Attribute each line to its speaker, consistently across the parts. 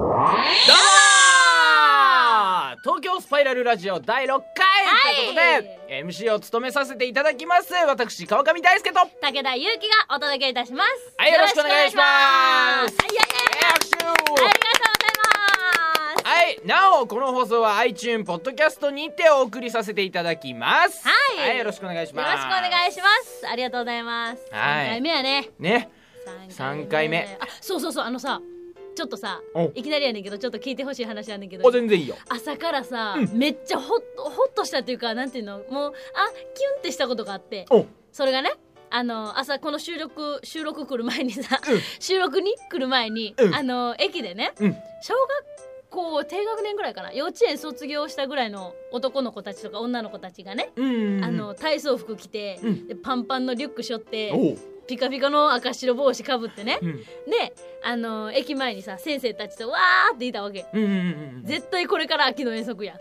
Speaker 1: どうも東京スパイラルラジオ第6回ということで、MC を務めさせていただきます私川上大輔とは
Speaker 2: 武田祐希がお届けいたします。
Speaker 1: はいよろしくお願いします
Speaker 2: はい、イエ
Speaker 1: い
Speaker 2: ーイありがとうございます。
Speaker 1: はいなおこの放送は iTune ポッドキャストにてお送りさせていただきます
Speaker 2: はい
Speaker 1: よろしくお願いし
Speaker 2: よろ
Speaker 1: ま
Speaker 2: し
Speaker 1: す
Speaker 2: くお願いします。ありがとうございます。
Speaker 1: はい
Speaker 2: 三回目やね。
Speaker 1: ね
Speaker 2: 三
Speaker 1: 三回目
Speaker 2: あ、そうそうそう、あのさ、ちょっとさ
Speaker 1: お、
Speaker 2: いきなりやねんけど、ちょっと聞いてほしい話やねんけど
Speaker 1: お。全然いいよ
Speaker 2: 朝からさ、めっちゃほっと、ほっとしたっていうか、なんていうの、もう、あ、キュンってしたことがあって。
Speaker 1: お
Speaker 2: それがねあの朝この収録収録来る前にさ、収録に来る前に、
Speaker 1: うん
Speaker 2: あの駅でね、
Speaker 1: うん
Speaker 2: 小学校低学年ぐらいかな幼稚園卒業したぐらいの男の子たちとか女の子たちがね、
Speaker 1: うん
Speaker 2: あの体操服着て、
Speaker 1: うん
Speaker 2: でパンパンのリュック背負って
Speaker 1: おう
Speaker 2: ピカピカの赤白帽子かぶってね、
Speaker 1: うん
Speaker 2: であの駅前にさ先生たちとわーっていたわけ。
Speaker 1: うんうんうんうん
Speaker 2: 絶対これから秋の遠足やん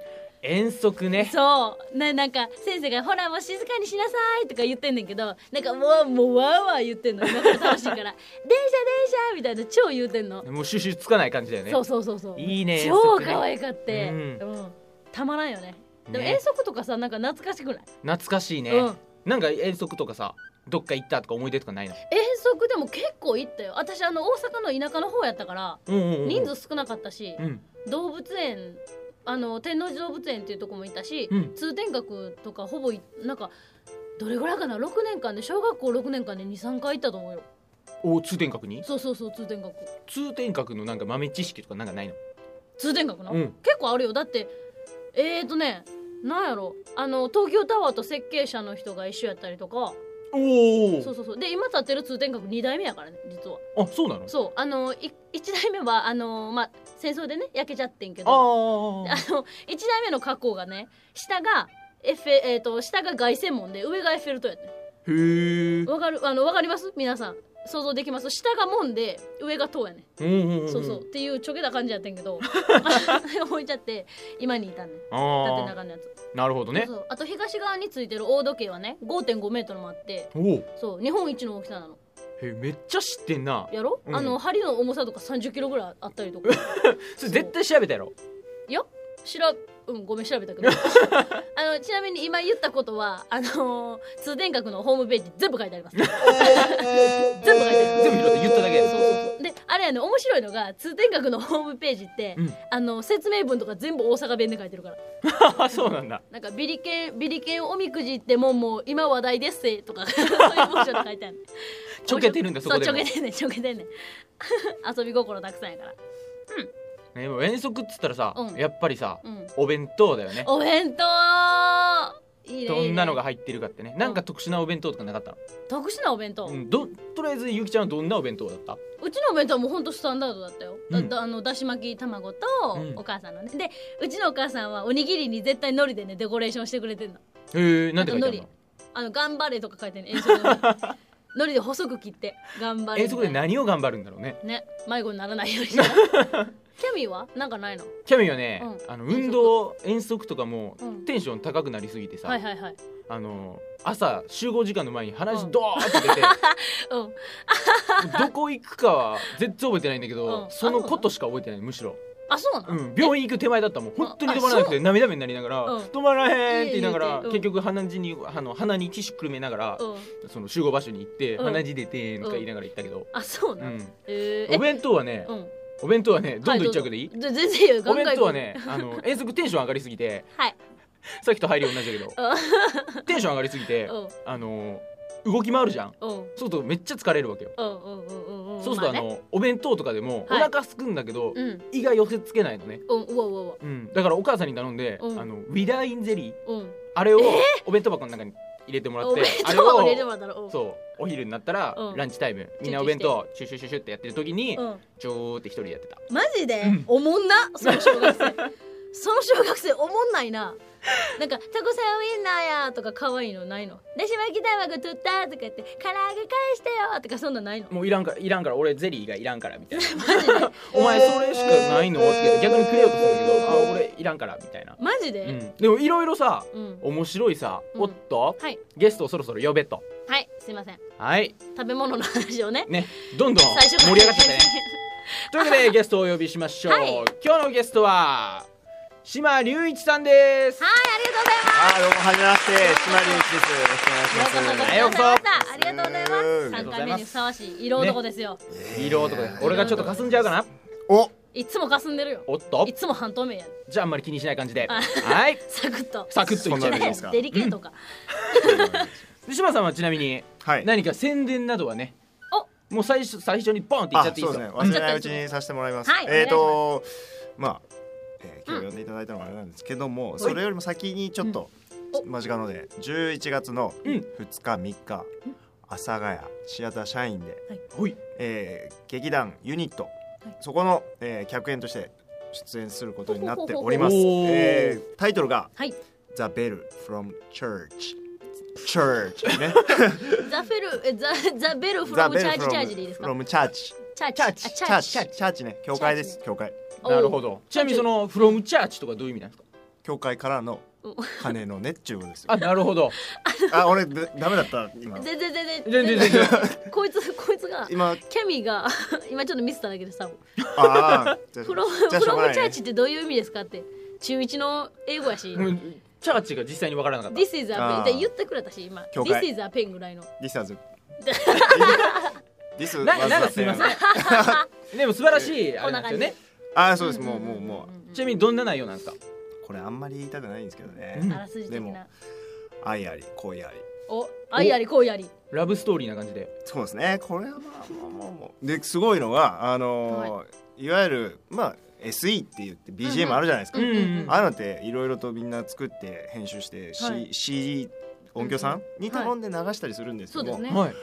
Speaker 1: 遠足ね
Speaker 2: そうななんか先生が「ほらもう静かにしなさい」とか言ってんねんけどなんかもうもうわーわー言ってんの今から楽しい から「電車電車」みたいな超言うてんの、
Speaker 1: もう収集つかない感じだよね
Speaker 2: そうそうそうそう
Speaker 1: いいね
Speaker 2: 超
Speaker 1: 遠足ね
Speaker 2: 可愛かって、
Speaker 1: う
Speaker 2: うんんたまらんよねでも
Speaker 1: ね
Speaker 2: 遠足とかさなんか懐かしくない
Speaker 1: 懐かしいね、
Speaker 2: うん
Speaker 1: なんか遠足とかさどっか行ったとか思い出とかないの
Speaker 2: 遠足でも結構行ったよ私あの大阪の田舎の方やったから
Speaker 1: うんうんうん
Speaker 2: 人数少なかったし、
Speaker 1: うん
Speaker 2: 動物園あの天王寺動物園っていうとこもいたし、
Speaker 1: うん
Speaker 2: 通天閣とかほぼいなんかどれぐらいかな6年間で小学校6年間で23回行ったと思うよ
Speaker 1: お通天閣に
Speaker 2: そうそうそう通天閣
Speaker 1: 通天閣のなんか豆知識とかなんかないの
Speaker 2: 通天閣な、
Speaker 1: うん
Speaker 2: 結構あるよだってえーとねなんやろあの東京タワーと設計者の人が一緒やったりとか
Speaker 1: お
Speaker 2: そうそうそうで今建ってる通天閣2代目やからね実は
Speaker 1: あそうなの
Speaker 2: そうあの1代目はあのまあ戦争でね焼けちゃってんけど
Speaker 1: あ
Speaker 2: あの1台目の加工がね下がエッフェ、えー、と下が凱旋門で上がエッフェル塔やって
Speaker 1: あへえ
Speaker 2: わかるあのわかります皆さん想像できます下が門で上が塔やね
Speaker 1: うんうんうん
Speaker 2: そうそうっていうちょけた感じやってん けど 置いちゃって今にいたね縦
Speaker 1: ああ
Speaker 2: 長のやつ
Speaker 1: なるほどね
Speaker 2: そうそうあと東側についてる大時計はね5.5メートルもあって
Speaker 1: おお
Speaker 2: そう日本一の大きさなの
Speaker 1: へめっちゃ知ってんな
Speaker 2: やろ、
Speaker 1: うん
Speaker 2: あの針の重さとか3 0キロぐらいあったり とか
Speaker 1: それ絶対調べたやろ
Speaker 2: いやしらうんごめん調べ たけどあのちなみに今言ったことはあのー通天閣のホームページ全部書いてあります全部 書いてあり
Speaker 1: 全部拾って言っただけ
Speaker 2: ますそうそうそうであれやね面白いのが通天閣のホームページって、
Speaker 1: うん
Speaker 2: あの説明文とか全部大阪弁で書いてるから
Speaker 1: あそうなん だ
Speaker 2: なんかビリケンビリケンおみくじってもんも今話題ですせ とかそういう文章で書いてある
Speaker 1: ちょけてるんだそこで
Speaker 2: そ
Speaker 1: も
Speaker 2: うちょけてんねんちょけてんねん 遊び心たくさんやから
Speaker 1: ねもう遠足っつったらさ
Speaker 2: うん
Speaker 1: やっぱりさ
Speaker 2: うん
Speaker 1: お弁当だよね
Speaker 2: お弁当いいね
Speaker 1: どんなの
Speaker 2: が
Speaker 1: が入ってるかってねなんか特殊なお弁当とかなかった
Speaker 2: 特殊なお弁当、
Speaker 1: のうんどとりあえずゆきちゃんはどんなお弁当だった
Speaker 2: うちのお弁当はもうほんとスタンダードだったよ、だ
Speaker 1: うん
Speaker 2: だあのだし巻き卵と
Speaker 1: うん
Speaker 2: お母さんのね、でうちのお母さんはおにぎりに絶対海苔でねデコレーションしてくれてんの
Speaker 1: へえなんて書いてある
Speaker 2: な
Speaker 1: の
Speaker 2: んかあの頑張れとか書いてんの遠足の海苔海苔で細く切って 頑張れ
Speaker 1: 遠足で何を頑張るんだろうね
Speaker 2: ね迷子にならないよ うにしてキャミーはなんかないの
Speaker 1: キャミはね、
Speaker 2: うん
Speaker 1: あの運動遠足とかも
Speaker 2: うん
Speaker 1: テンション高くなりすぎてさ、
Speaker 2: はいはいはい
Speaker 1: あの朝集合時間の前に話
Speaker 2: うん
Speaker 1: ドーッと出 て、
Speaker 2: うん
Speaker 1: どこ行くかは絶対覚えてないんだけど、
Speaker 2: うん
Speaker 1: そのことしか覚えてないむしろ、
Speaker 2: あそうな
Speaker 1: う
Speaker 2: の、
Speaker 1: ん、病院行く手前だったもん本当に止まらなくて涙目になりながら
Speaker 2: うん
Speaker 1: 「止まらへん」って言いなが
Speaker 2: いい
Speaker 1: ら
Speaker 2: よいいようん
Speaker 1: 結局鼻血にあの鼻にティッシュくるめながら
Speaker 2: うん
Speaker 1: その集合場所に行って「
Speaker 2: うん
Speaker 1: 鼻血出て」とか言いながら行ったけど、
Speaker 2: あそう
Speaker 1: う
Speaker 2: なの、
Speaker 1: ん、
Speaker 2: えーえ
Speaker 1: お弁当はね
Speaker 2: うん
Speaker 1: お弁当はねどんどん
Speaker 2: は
Speaker 1: 一着でいい、
Speaker 2: どうぞ全然いいよ
Speaker 1: お
Speaker 2: ガン
Speaker 1: 弁
Speaker 2: ガン
Speaker 1: 当
Speaker 2: 行こう
Speaker 1: はねあの遠足テンション上がりすぎて
Speaker 2: はい
Speaker 1: さっきと入り同じだけどテンション上がりすぎて
Speaker 2: うん
Speaker 1: あの動き回るじゃん
Speaker 2: うん
Speaker 1: そうするとめっちゃ疲れるわけよ
Speaker 2: うんうんうんうんうん
Speaker 1: そうするとあ
Speaker 2: まあね
Speaker 1: のお弁当とかでもお
Speaker 2: はい
Speaker 1: 腹すくんだけど
Speaker 2: うん
Speaker 1: 胃が寄せつけないのね
Speaker 2: うん、うわうわうわ。
Speaker 1: うんだからお母さんに頼んで
Speaker 2: うん
Speaker 1: あのウィダーインゼリー
Speaker 2: うん。
Speaker 1: あれをお弁当箱の中に入れてもらっ
Speaker 2: お
Speaker 1: て
Speaker 2: 弁
Speaker 1: あれ
Speaker 2: 当は入れて
Speaker 1: を
Speaker 2: もらったら。うん
Speaker 1: そうお昼になったら
Speaker 2: うん
Speaker 1: ランチタイムみんなお
Speaker 2: チューチュー
Speaker 1: 弁当シュシュシュシュってやってる時に
Speaker 2: うん。
Speaker 1: ちょーって一人でやってた
Speaker 2: マジで
Speaker 1: うん
Speaker 2: おも んな、その小学生。その小学生おもんないな。なんか、タコさんウインナーやとか可愛いのないの。だし巻き卵取ったとか言って、唐揚げ返してよとかそんなんないの。
Speaker 1: もういらんからいらんから俺ゼリーがいらんからみたいな
Speaker 2: マジで
Speaker 1: お前それしかないのって逆に食えようとするけどあ俺いらんからみたいな
Speaker 2: マジ
Speaker 1: う
Speaker 2: で
Speaker 1: んでもいろいろさ
Speaker 2: うん。
Speaker 1: 面白いさ、
Speaker 2: うん
Speaker 1: おっと
Speaker 2: はい。
Speaker 1: ゲストをそろそろ呼べと
Speaker 2: はい、すいません。
Speaker 1: はい
Speaker 2: 食べ物の話をね。
Speaker 1: ねどんどん
Speaker 2: 最初
Speaker 1: 盛り上がってきたねというわけ でゲストをお呼びしましょう、
Speaker 2: はい
Speaker 1: 今日のゲストは島隆一さんです
Speaker 2: ありがとうございます
Speaker 3: あーどうもはじめまして島隆一ですよろしくお願いします
Speaker 1: はいようこそ
Speaker 2: ありがとうございま
Speaker 3: う
Speaker 2: す
Speaker 3: ん
Speaker 2: 三回目にふさわしい色男ですよ、
Speaker 1: 色男で俺がちょっとかすんじゃうかな
Speaker 3: お
Speaker 2: いつもかすんでるよ
Speaker 1: おっと
Speaker 2: いつも半透明や
Speaker 1: じゃああんまり気にしない感じで
Speaker 2: あ
Speaker 1: はい
Speaker 2: サクッと
Speaker 1: サクッといっちゃいま
Speaker 3: そ
Speaker 1: しょ
Speaker 3: んな
Speaker 1: う
Speaker 3: 感じですか
Speaker 2: デリケートか、
Speaker 1: で島さんはちなみに
Speaker 3: はい
Speaker 1: 何か宣伝などはね
Speaker 2: お
Speaker 1: もう最初最初にボンって言っちゃ
Speaker 3: あ
Speaker 1: っていい
Speaker 3: そう
Speaker 1: です
Speaker 3: ですね
Speaker 1: よ
Speaker 3: 忘れないうちにさせてもらいます
Speaker 2: はい
Speaker 3: えっとまあえー今日呼んでいただいたのはあれなんですけどもそれよりも先にちょっと
Speaker 2: うん
Speaker 3: 間近ので11月の
Speaker 1: うん
Speaker 3: 2日3日阿佐ヶ谷シアター社員で
Speaker 1: ほい
Speaker 3: えー劇団ユニット
Speaker 2: い
Speaker 3: そこのえー客演として出演することになっております
Speaker 1: ほほほほ
Speaker 3: えータイトルが
Speaker 2: はい
Speaker 3: The Bell from Church Church ね
Speaker 2: ザフェルえザザベルフロ
Speaker 3: The
Speaker 2: ムチャ
Speaker 3: bell
Speaker 2: ージチャージ
Speaker 3: from
Speaker 2: でいいですか
Speaker 3: from church
Speaker 2: チャーチ
Speaker 1: チャーチ
Speaker 2: あチ
Speaker 3: チ
Speaker 2: ャー
Speaker 3: ャー
Speaker 2: チ
Speaker 3: チチャーチね教会です教会
Speaker 2: おう
Speaker 1: なるほどちなみにその「from church」とかどういう意味なんですか
Speaker 3: 教会からの
Speaker 2: お
Speaker 3: 金のねっちゅうことですよ
Speaker 1: あなるほど
Speaker 3: あ俺だダメだった今
Speaker 2: 全然全然
Speaker 1: 全然全然
Speaker 2: こいつ こいつが
Speaker 3: 今
Speaker 2: キャミが 今ちょっとミスっただけでさ「
Speaker 3: ああじゃあ
Speaker 2: フロム
Speaker 3: じゃあ
Speaker 2: フ
Speaker 3: しょ
Speaker 2: ロ
Speaker 3: う
Speaker 2: ム
Speaker 3: がない
Speaker 2: チャー
Speaker 3: ね
Speaker 2: チ」ってどういう意味ですかって中一の英語やし
Speaker 1: うんチャーチが実際にわからなか
Speaker 2: 「
Speaker 1: った
Speaker 2: This is a
Speaker 3: あ
Speaker 2: pen」
Speaker 3: ー
Speaker 2: で言ってくれたし今「
Speaker 3: 教会
Speaker 2: This is a pen」ぐらいの
Speaker 3: This was This
Speaker 1: な
Speaker 3: was
Speaker 1: なんか
Speaker 3: the
Speaker 1: すいま
Speaker 3: pen
Speaker 1: せんでも素晴らしいあ
Speaker 2: こ
Speaker 1: れ
Speaker 2: ん
Speaker 1: な
Speaker 2: な
Speaker 1: ですよ
Speaker 2: ん感じ
Speaker 1: ね
Speaker 3: ああそうですもうもうもう
Speaker 1: ちなみにどんな内容なんですか
Speaker 3: これあんまり言いたくないんですけど
Speaker 1: うん
Speaker 3: ね
Speaker 2: あらすじ的
Speaker 3: でも
Speaker 2: な
Speaker 3: 愛あり恋あり
Speaker 2: お愛あり恋あり
Speaker 1: ラブストーリーな感じで
Speaker 3: そうですねこれはまあまあまあまあですごいのはあのーいわゆるまあ SE って言って BGM あるじゃないですか
Speaker 1: うんうん
Speaker 3: ああいうのっていろいろとみんな作って編集して、C
Speaker 2: はい
Speaker 3: CD 音響さんに頼んで流したりするんですけ
Speaker 2: そう
Speaker 3: ども、
Speaker 2: ですね
Speaker 1: はい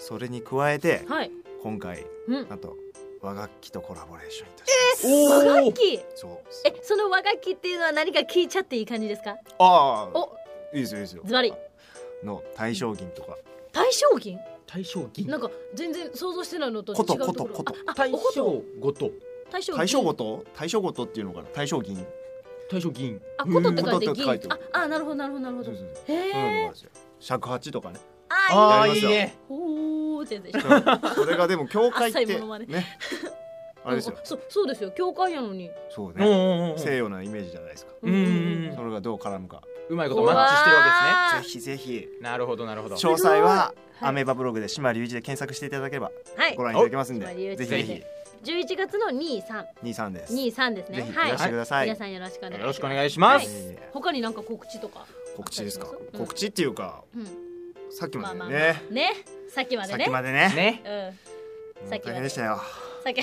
Speaker 3: それに加えて
Speaker 2: はい
Speaker 3: 今回
Speaker 2: うん
Speaker 3: なんと和楽器とコラボレーションいたし
Speaker 2: 和
Speaker 1: お
Speaker 2: 楽
Speaker 1: お
Speaker 2: 器
Speaker 3: ます。そう
Speaker 2: えその和楽器っていうのは何か聞いちゃっていい感じですか
Speaker 3: ああ
Speaker 2: お
Speaker 3: いいですよいいですよ。
Speaker 2: ズバリ
Speaker 3: の大賞銀とか
Speaker 2: 大賞金
Speaker 1: 大正銀
Speaker 2: なんか全然想像してないのと違う
Speaker 3: ことと
Speaker 2: ころ
Speaker 3: ことこと
Speaker 2: ああ
Speaker 1: 大
Speaker 2: おこと
Speaker 1: 正ごと
Speaker 2: 大賞
Speaker 3: 大賞
Speaker 2: 金
Speaker 3: ごと大賞ごとっていうのかな大賞銀
Speaker 1: 大正銀
Speaker 2: あことって書いて
Speaker 3: ことって書いて
Speaker 2: 銀
Speaker 3: あ
Speaker 2: あ
Speaker 3: る
Speaker 2: あなるほどなるほどなるほ
Speaker 3: そ
Speaker 2: ど
Speaker 3: うそうそう
Speaker 2: へ
Speaker 3: そういうのがあ
Speaker 2: え
Speaker 3: るんですよ。尺八とかね。
Speaker 2: あ
Speaker 1: ああ
Speaker 3: やりま
Speaker 1: いい
Speaker 3: すよ
Speaker 1: ね
Speaker 2: いおお全然
Speaker 3: それがでも教会って
Speaker 2: 浅いものまで
Speaker 3: ねあれですよ。
Speaker 2: そうそうですよ教会やのに
Speaker 3: そ
Speaker 1: う
Speaker 3: う
Speaker 1: んう
Speaker 3: ね
Speaker 1: んうんうん
Speaker 3: 西洋なイメージじゃないですか。
Speaker 1: うんうん
Speaker 3: それがどう絡むか。
Speaker 1: うまいことマッチしてるわけですね
Speaker 3: ぜひぜひ
Speaker 1: なるほどなるほど。
Speaker 3: 詳細は
Speaker 2: すごい
Speaker 3: アメーバブログで島隆一で検索していただければ
Speaker 2: ですねはい
Speaker 3: ご覧いただけますんで、
Speaker 2: 島隆一
Speaker 3: ぜひ
Speaker 1: で
Speaker 3: ぜひ
Speaker 2: 11月の2 3
Speaker 3: 二三です。
Speaker 2: 2 3です
Speaker 3: ぜ
Speaker 2: ね
Speaker 3: ひい
Speaker 2: はい
Speaker 3: らしてください。
Speaker 2: 皆さんよろしくお願いします
Speaker 1: よろしくお願いします。
Speaker 3: えー
Speaker 2: 他になんか告知とか
Speaker 3: 告知ですか
Speaker 2: うん。
Speaker 3: 告知っていうか
Speaker 2: うん
Speaker 3: さっき
Speaker 2: ま
Speaker 3: ま
Speaker 2: あまあま
Speaker 3: で
Speaker 2: あ
Speaker 3: ね。
Speaker 2: ねさっきま
Speaker 3: さ
Speaker 2: で
Speaker 3: っ
Speaker 2: ね
Speaker 3: きまでね。
Speaker 1: ね。
Speaker 2: うん
Speaker 3: もう
Speaker 2: さっきまで
Speaker 3: 大変でしたよ。
Speaker 2: さっ き
Speaker 1: お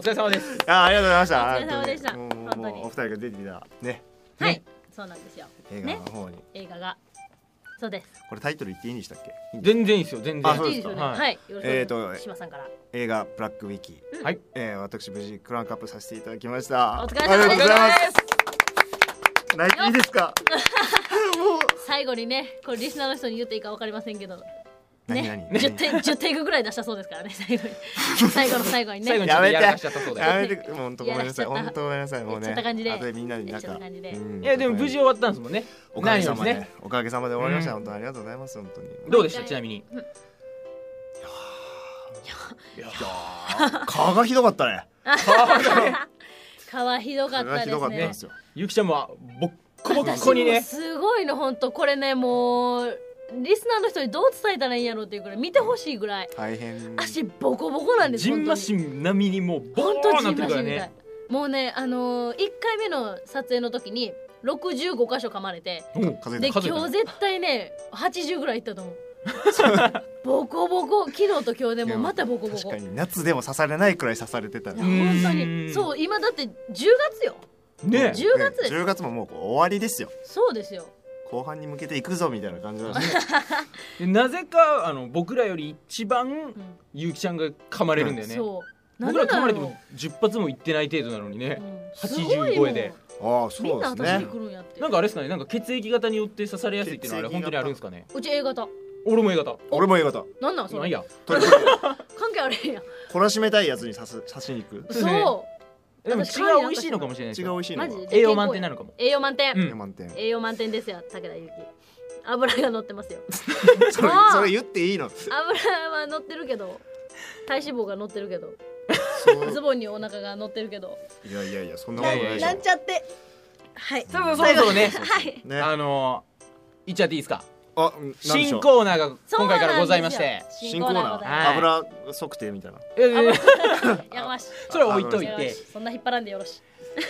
Speaker 1: 疲れ様です。
Speaker 3: あーありがとうございました。
Speaker 2: お疲れ様でした
Speaker 3: もうもう
Speaker 2: 本当に
Speaker 3: もうお二人が出てたね
Speaker 2: はいそうなんですよ
Speaker 3: 映画の方に
Speaker 2: 映画がそうです
Speaker 3: これタイトル言っていいんでしたっけ？
Speaker 1: 全然いいですよ全
Speaker 3: あ
Speaker 1: 然。
Speaker 3: そう
Speaker 2: い
Speaker 3: で
Speaker 2: い
Speaker 3: す
Speaker 2: です
Speaker 3: か
Speaker 2: よ
Speaker 1: は
Speaker 2: ね
Speaker 1: い
Speaker 2: はいよろ
Speaker 3: え
Speaker 2: し
Speaker 3: ー
Speaker 2: くお願
Speaker 3: と
Speaker 2: いします島さんから
Speaker 3: 映画ブラックウィキ。
Speaker 1: はい。
Speaker 3: えー私無事クランクアップさせていただきました。
Speaker 2: お疲れ
Speaker 3: あ
Speaker 2: 様
Speaker 1: お疲
Speaker 2: で
Speaker 3: りがと
Speaker 1: れ
Speaker 3: うござい
Speaker 1: 様
Speaker 3: ま。
Speaker 1: です
Speaker 3: 泣いていいですか？もう
Speaker 2: 最後にねこれリスナーの人に言っていいかわかりませんけど
Speaker 3: 何
Speaker 2: ね
Speaker 3: 何
Speaker 2: 10点10テイク ぐらい出したそうですからね 最後に最後の最後にね
Speaker 1: 最後にちょっとやらかしちゃったそうだよ。
Speaker 3: やめて、もう本当ごめん
Speaker 2: や
Speaker 3: なさい、
Speaker 2: らしちゃった
Speaker 3: 本当ごめんなさい、もう
Speaker 2: やっちゃ
Speaker 3: ね。
Speaker 2: った感じで
Speaker 3: あとみんなになん
Speaker 2: やっち
Speaker 3: か
Speaker 2: ゃった感じで
Speaker 3: うん
Speaker 1: いやでも無事終わったんですもんね。
Speaker 3: おかげさま
Speaker 1: 何より
Speaker 3: で、おかげさまで終わりました。
Speaker 1: うん
Speaker 3: 本当ありがとうございます、本当に。
Speaker 1: どうでしたちなみに。
Speaker 3: 顔がひどかったね。
Speaker 2: 皮ひどかっ
Speaker 3: 顔
Speaker 2: た
Speaker 3: がひ
Speaker 2: です
Speaker 3: どかったん
Speaker 2: ね
Speaker 3: ですよ。
Speaker 1: ゆきちゃんもボッコボ
Speaker 2: 私
Speaker 1: コに
Speaker 2: も
Speaker 1: ね。
Speaker 2: すごいの本当これねもうリスナーの人にどう伝えたらいいんやろうっていうぐらい見てほしいぐらい
Speaker 3: 大変。
Speaker 2: 足ボコボコなんです
Speaker 1: ジンマシ
Speaker 2: シ
Speaker 1: ン並みにもうボ
Speaker 2: 本
Speaker 1: ー
Speaker 2: 当
Speaker 1: ンな
Speaker 2: ジ
Speaker 1: っ
Speaker 2: ン
Speaker 1: て
Speaker 2: マ
Speaker 1: るか
Speaker 2: シ
Speaker 1: ら
Speaker 2: ンみたい
Speaker 1: ね。
Speaker 2: もうねあのー、1回目の撮影の時に65箇所噛まれて
Speaker 1: うん
Speaker 3: 数え
Speaker 2: で
Speaker 3: て
Speaker 2: 今
Speaker 1: 数えた
Speaker 2: 日絶対ね80ぐらいいったと 思うボコボコ昨日と今日でもまたボコボ
Speaker 3: 確
Speaker 2: コ
Speaker 3: かに夏でも刺されないくらい刺されてた
Speaker 2: い
Speaker 3: ね
Speaker 2: や
Speaker 1: うーん
Speaker 2: 本当にそう今だって10月よ
Speaker 1: ね
Speaker 2: じ。ゅ10月です
Speaker 3: 10月ももうこう終わりですよ
Speaker 2: そうですよ
Speaker 3: 後半に向けていくぞみたいな感じだね
Speaker 1: でなぜかあの僕らより一番
Speaker 2: うん
Speaker 1: ゆきちゃんが噛まれるんだよね。
Speaker 2: そう
Speaker 1: 僕ら噛まれて
Speaker 2: なん
Speaker 1: も十発もいってない程度なのにね。
Speaker 2: だろううんすご
Speaker 1: 85
Speaker 2: い
Speaker 1: 円
Speaker 2: で
Speaker 1: で
Speaker 3: ああ
Speaker 2: み
Speaker 3: そ
Speaker 2: ん
Speaker 3: う
Speaker 2: な
Speaker 3: です
Speaker 2: 私に
Speaker 3: ね
Speaker 2: 来るんやって
Speaker 1: なんかあれですかねなんか血液型によって刺されやすいっていうのはあれ本当にあるんですかね。
Speaker 2: うち A 型
Speaker 1: 俺も A 型。
Speaker 3: 俺も A 型
Speaker 2: なんなんそ
Speaker 1: なん
Speaker 2: れ
Speaker 1: や。
Speaker 3: とにかく
Speaker 2: 関係あれへん やん
Speaker 3: 懲らしめたいやつに刺す 刺しに行く
Speaker 1: そうね
Speaker 2: そ
Speaker 1: でも血が美味しいのかもしれないです
Speaker 3: 血
Speaker 1: よ
Speaker 3: が美味しいうの
Speaker 2: マ
Speaker 3: は
Speaker 2: ジで
Speaker 1: 栄養満点なのかも。
Speaker 2: 栄養満点、
Speaker 1: うん
Speaker 3: 満点
Speaker 2: 栄養満点ですよ武田ゆうき油が乗ってますよ
Speaker 3: それ
Speaker 2: あー
Speaker 3: それ言っていいの
Speaker 2: 油は乗ってるけど体脂肪が乗ってるけどズボンにお腹が乗ってるけど
Speaker 3: いやいやいやそんな
Speaker 2: な
Speaker 3: ことないでしょ
Speaker 2: なんちゃってはい
Speaker 1: さあそろそろね
Speaker 2: はい
Speaker 3: ね
Speaker 1: あのいっちゃっていいですか
Speaker 3: あうんなんでし
Speaker 1: 新
Speaker 3: ょう
Speaker 1: コーナーが
Speaker 2: そう
Speaker 1: 今回
Speaker 2: なんですよ
Speaker 1: からございまして
Speaker 3: 新コーナ
Speaker 2: ござい
Speaker 1: はい
Speaker 2: ま
Speaker 3: ー油測定みたいな
Speaker 1: えー
Speaker 2: すやまし
Speaker 1: それは置いとい
Speaker 2: やましてそんな引っ張らんでよろし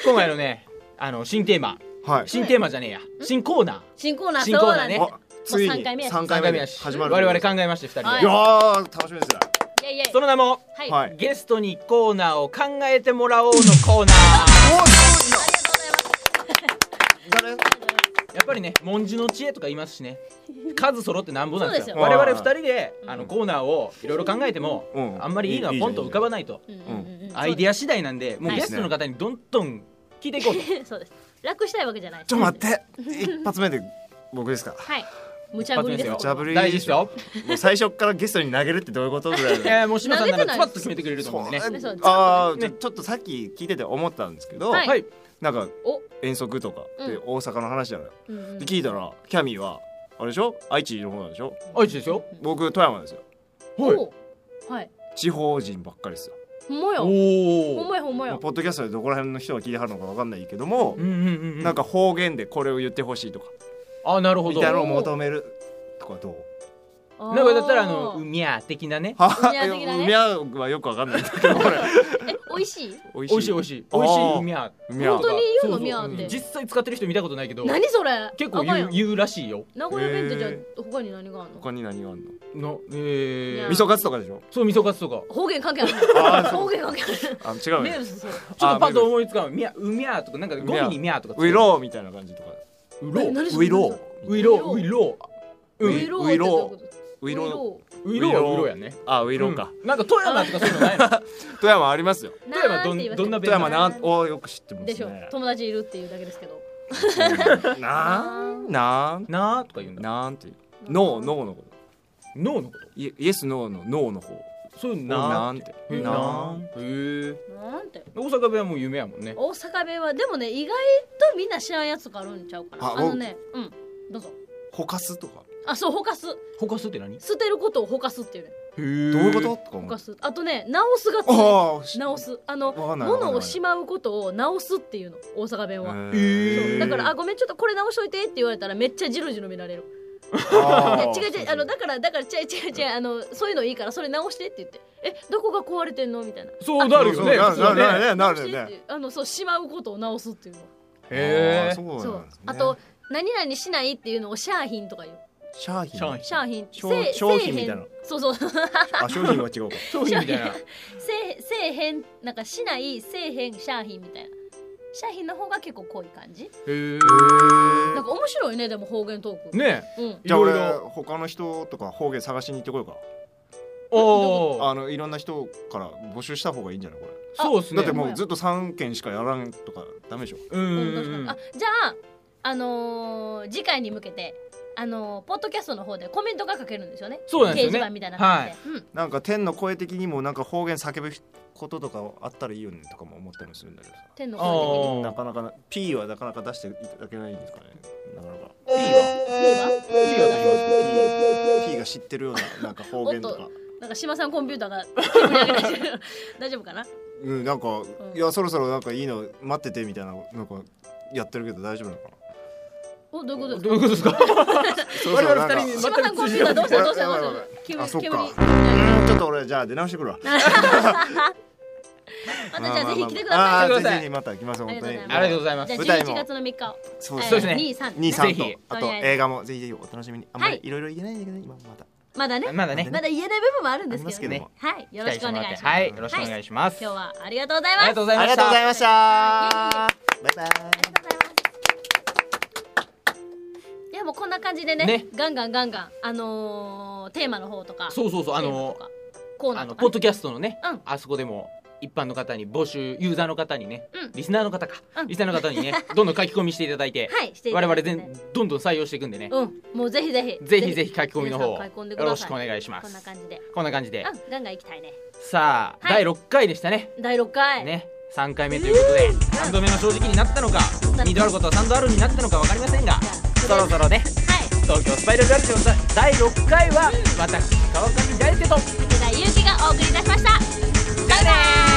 Speaker 1: 今回のねあの新テーマ
Speaker 3: はい
Speaker 1: 新テーマじゃねえや新コーナ
Speaker 2: 新コーナー
Speaker 1: 新コーナーね
Speaker 2: そうだ
Speaker 3: あつい
Speaker 2: もう三
Speaker 3: に
Speaker 2: 回目やし
Speaker 1: ー
Speaker 3: 三
Speaker 1: 3
Speaker 3: 回
Speaker 1: 回目
Speaker 3: 目で
Speaker 1: やし
Speaker 3: 始まる
Speaker 1: 我々考えました2
Speaker 2: は
Speaker 1: 人
Speaker 2: い
Speaker 3: い
Speaker 1: で
Speaker 3: やー楽しみですね
Speaker 2: イエイイエイ
Speaker 1: その名も
Speaker 2: はい、あ
Speaker 3: はい
Speaker 2: りがとう
Speaker 1: ゲストにコーナーを考えてもらおうのコーナー
Speaker 2: ございます
Speaker 3: 誰
Speaker 1: やっぱりね文字の知恵とか言いますしね数揃ってなんぼなんですよ
Speaker 2: そう
Speaker 3: ですよ
Speaker 1: 我々2人で
Speaker 2: うん
Speaker 1: あのコーナーをいろいろ考えても
Speaker 3: うん
Speaker 1: あんまりいいのはポンと浮かばないと
Speaker 2: うんうんうん
Speaker 1: アイディア次第なんでもう
Speaker 2: はい
Speaker 1: ゲストの方にどんどん聞いていこうと
Speaker 2: そうです楽したいわけじゃない
Speaker 3: ちょっと待って一発目で僕で すか
Speaker 2: はい無茶ぶりです
Speaker 1: 一
Speaker 3: 無茶ぶり
Speaker 1: 大事ですよ
Speaker 3: もう最初からゲストに投げるってどういうことぐらい
Speaker 1: い
Speaker 3: の
Speaker 1: やもう島さんなら
Speaker 2: 投
Speaker 1: ズ
Speaker 2: げて
Speaker 1: バ
Speaker 2: ない
Speaker 1: ッと決めてくれると思うんでね
Speaker 2: そうね
Speaker 3: ああ、
Speaker 1: ね
Speaker 3: ちょちょっとさっき聞いてて思ったんですけど、
Speaker 2: はい
Speaker 1: はい
Speaker 3: なんか
Speaker 2: お、
Speaker 3: 遠足とかで
Speaker 2: う
Speaker 3: 大阪の話じゃない、
Speaker 2: うんうん
Speaker 3: で聞いたらキャミーはあれでしょ愛知の方なんでしょ
Speaker 1: 愛知ですよ
Speaker 3: 僕富山ですよ
Speaker 1: はい
Speaker 2: おはい
Speaker 3: 地方人ばっかりですよ
Speaker 2: ほんまや
Speaker 1: お
Speaker 2: ほん
Speaker 1: お
Speaker 2: まやほんまや
Speaker 3: ポッドキャストでどこら辺の人が聞いてはるのかわかんないけども
Speaker 1: う、んうんうん
Speaker 3: なん
Speaker 1: か
Speaker 3: か方言でこれを言ってほしいとか
Speaker 1: あなるほ
Speaker 3: み
Speaker 1: ど
Speaker 3: たいな
Speaker 1: な
Speaker 3: のを求めるとかどう
Speaker 2: あー
Speaker 1: んかだったらあの うみゃー的なね
Speaker 3: は
Speaker 2: うみゃ的なね
Speaker 3: うみゃはよくわかんないんだけどこれ
Speaker 2: え美味しい
Speaker 3: 美味
Speaker 1: 美味しい美味しい美味しいうみゃ
Speaker 3: う
Speaker 1: ー
Speaker 3: みゃー
Speaker 2: 本当に言うの
Speaker 1: そうそう
Speaker 2: みゃーって
Speaker 1: 実際使ってる人見たことないけど
Speaker 2: 何それ
Speaker 1: 結構
Speaker 2: あかんや
Speaker 1: 言うん言うらしいよ
Speaker 2: 名古屋弁ってじゃあ
Speaker 3: へ
Speaker 2: 他に何があるの
Speaker 3: 他に何があんの
Speaker 1: のえ
Speaker 2: う
Speaker 1: ー
Speaker 2: ん
Speaker 3: 味噌カツとかでしょ
Speaker 1: そう味噌カツとか
Speaker 2: 方言関係ある
Speaker 3: あーそう
Speaker 2: 方言関係ある
Speaker 3: あ違うね
Speaker 2: ねそ
Speaker 1: ちょ
Speaker 2: う
Speaker 1: っとパッと思いつかんみゃうみゃーとかなんか語尾にみゃーとかつけ
Speaker 3: ウ
Speaker 1: る
Speaker 3: イローみたいな感じとか
Speaker 1: うろ
Speaker 2: え何そ
Speaker 3: ウ
Speaker 2: れ
Speaker 3: イロー
Speaker 1: ういろういろう
Speaker 3: ウ
Speaker 1: ん
Speaker 3: イ
Speaker 1: う
Speaker 3: ロー
Speaker 2: ウイロ
Speaker 3: ウイロー
Speaker 1: いろはういろやね
Speaker 3: あウイローか、
Speaker 1: うんなんか富山とかそういうのない の
Speaker 3: 富山ありますよ
Speaker 2: ー
Speaker 1: 富山どん
Speaker 2: なんて言いますか
Speaker 1: どんな弁
Speaker 3: 富
Speaker 1: 当
Speaker 3: 山なんおよく知ってますね
Speaker 2: でしょ友達いるっていうだけですけど
Speaker 3: うんなんなん
Speaker 1: なーとか言うんだ
Speaker 3: なんていうノーノーのこと
Speaker 1: 脳のこと
Speaker 3: イエイエスノーのノーの方
Speaker 1: そういう
Speaker 3: な
Speaker 1: なー
Speaker 3: んて
Speaker 1: へー
Speaker 3: な
Speaker 1: なんーへえ
Speaker 2: なんて
Speaker 1: 大阪弁はもう夢やもんね
Speaker 2: 大阪弁はでもね意外とみんな知らんやつとかあるんちゃうかな
Speaker 3: あ
Speaker 2: あのねうんどうぞ
Speaker 3: ほかすとか
Speaker 2: あそうほかす
Speaker 1: ほかすって何へ
Speaker 2: 捨てることをほかすっていうね
Speaker 1: どう
Speaker 3: どういうこととか
Speaker 2: ほ
Speaker 3: 思
Speaker 2: か
Speaker 3: う
Speaker 2: すあとね直すがつい
Speaker 3: ああ
Speaker 2: 直すあの
Speaker 3: わかんないわかんない
Speaker 2: 物をしまうことを直すっていうの大阪弁は
Speaker 1: へー
Speaker 2: だから「あごめんちょっとこれ直しといて」って言われたらめっちゃジロジロ見られるい
Speaker 3: あ
Speaker 2: や
Speaker 3: ー
Speaker 2: 違う違うあのだからだから違う違う違うあのそういうのいいからそれ直してって言って「えどこが壊れてんの?」みたいな
Speaker 1: そうなるよね
Speaker 3: そうそうなるな
Speaker 1: ね
Speaker 3: るねな
Speaker 2: 直
Speaker 3: る
Speaker 2: してっ
Speaker 3: ね
Speaker 2: ていうあのそうしまうことを直すっていうの
Speaker 1: へ
Speaker 3: あー
Speaker 1: え
Speaker 3: そう
Speaker 2: そ
Speaker 3: な
Speaker 2: うん
Speaker 3: ですね
Speaker 2: あと何々しないっていうのをシャーヒンとか言う
Speaker 3: シャーヒン
Speaker 1: シャーヒン
Speaker 2: シャーヒンせ
Speaker 3: 商
Speaker 2: い
Speaker 3: 商品
Speaker 2: せえへん
Speaker 3: みたいな
Speaker 2: そう そうせ
Speaker 3: あ商品は違うか
Speaker 1: 商品みたいな
Speaker 2: えせえへんなんかしないせえへんシャーヒンみたいなシャーヒンの方が結構濃い感じ
Speaker 1: へえ
Speaker 2: なんか面白いねでも方言トーク
Speaker 1: ね
Speaker 2: うん
Speaker 3: じゃあ俺
Speaker 1: いろいろ
Speaker 3: 他の人とか方言探しに行ってこようか
Speaker 1: おー
Speaker 3: あのいろんな人から募集した方がいいんじゃないこれ
Speaker 1: そうっす
Speaker 3: だ
Speaker 1: ね
Speaker 3: ってもうずっと3件しかやらんとかダメでしょ
Speaker 1: う
Speaker 2: うんん確かにあじゃああのー次回に向けてあのーポッドキャストの方でコメントが書けるんですよね
Speaker 1: そうなん
Speaker 2: 掲
Speaker 1: ですよ
Speaker 2: 示
Speaker 1: ね
Speaker 2: 板みたいな感じで、うん
Speaker 3: なんか天の声的にもなんか方言叫ぶこととかあったらいいよねとかも思ったりもするんだけどさ
Speaker 2: 天の
Speaker 1: あ
Speaker 2: 声
Speaker 1: ー
Speaker 3: なかなかな P はなかなか出していただけないんですかねなかなか
Speaker 2: 的にいいわいいわ
Speaker 3: P が出します P, P が知ってるようななんか方言と
Speaker 2: お
Speaker 3: か
Speaker 2: なんか島さんコンピューターが手に上げ出してる大丈夫かな
Speaker 3: うんなんか、
Speaker 2: ん
Speaker 3: いやそろそろなんかいいの待っててみたいななんかやってるけど大丈夫なのかな
Speaker 2: おどういうことです
Speaker 1: どう
Speaker 2: か
Speaker 1: いうことですか
Speaker 3: そ
Speaker 1: 々
Speaker 3: なんか
Speaker 1: 二人に
Speaker 2: 島さんコンピューターどうしたどうしたどうした急
Speaker 3: あそっ
Speaker 2: に急
Speaker 3: か
Speaker 2: に
Speaker 3: うんちょっと俺じゃあ出直してくるわ
Speaker 2: またじゃあぜひ来てくだ
Speaker 3: まあまあまあ
Speaker 1: い
Speaker 2: さ
Speaker 3: あーぜひぜひまた来ます本
Speaker 2: あ
Speaker 3: 当に
Speaker 2: り
Speaker 1: ありがとうございま
Speaker 2: い
Speaker 1: す
Speaker 2: じゃあ
Speaker 3: 舞台も
Speaker 2: 11月の3日
Speaker 3: そう
Speaker 1: そうですね
Speaker 2: 2、3
Speaker 3: 兄さんと
Speaker 1: ぜひ
Speaker 3: あ
Speaker 2: と
Speaker 3: と
Speaker 2: りあえず
Speaker 3: 映画もぜひぜひお楽しみにあんま
Speaker 2: は
Speaker 3: り
Speaker 2: い
Speaker 3: いろいろ言えないんだけど今まだ
Speaker 2: まだね
Speaker 1: まだね
Speaker 2: まだ言えない部分もあるん
Speaker 3: あ
Speaker 2: で
Speaker 3: り
Speaker 2: す
Speaker 3: ま
Speaker 2: け
Speaker 3: す
Speaker 2: ど
Speaker 3: けども
Speaker 2: はいよろしくお願いします
Speaker 1: はいよろしくお願いします
Speaker 2: 今日
Speaker 1: あ
Speaker 2: はありがとうござい
Speaker 1: り
Speaker 2: ま
Speaker 1: が
Speaker 2: す
Speaker 1: とうござい
Speaker 3: あ
Speaker 1: ま
Speaker 3: り
Speaker 1: し
Speaker 3: がとうござい
Speaker 1: た
Speaker 3: ましたバ
Speaker 2: あ
Speaker 3: イバイ
Speaker 2: りがとうございますいやもうこんな感じでね
Speaker 1: ね
Speaker 2: ガンガンガンガンあのーテーマの方とか
Speaker 1: そうそうそうあ
Speaker 2: テーマ
Speaker 1: の
Speaker 2: とかコーナ
Speaker 1: あ
Speaker 2: ーと
Speaker 1: の
Speaker 2: かね
Speaker 1: ポッドキャストのね、
Speaker 2: うん
Speaker 1: あそこでも一般の方に募集ユーザーの方にね、
Speaker 2: うん
Speaker 1: リスナーの方か、
Speaker 2: うん
Speaker 1: リスナーの方 にねどんどん書き込みしていただいて、
Speaker 2: はいしていた
Speaker 1: 我
Speaker 2: だ
Speaker 1: 々
Speaker 2: いてね
Speaker 1: 全どんどん採用していくんでね、
Speaker 2: うんもうぜひぜひ
Speaker 1: ぜひぜひ書き込みの方を
Speaker 2: 皆さん書き込んで
Speaker 1: よ
Speaker 2: くだ
Speaker 1: ろ
Speaker 2: さ
Speaker 1: し
Speaker 2: い
Speaker 1: くお願いしま
Speaker 2: こんな
Speaker 1: す
Speaker 2: 感じで
Speaker 1: こんな感じで、
Speaker 2: うんガンガン行きたいね
Speaker 1: さあ、
Speaker 2: はい
Speaker 1: 第6回でしたね
Speaker 2: 第6回
Speaker 1: ね3回目ということで、3度目の正直になったのか
Speaker 2: なる
Speaker 1: 2度あることは3度あるになったのか分かりませんが
Speaker 2: じゃあ
Speaker 1: そろそろね
Speaker 2: はい
Speaker 1: 東京スパイラルラジオさ第6回は私川上大輔と
Speaker 2: 武田祐希がお送りいたしましたバイバイ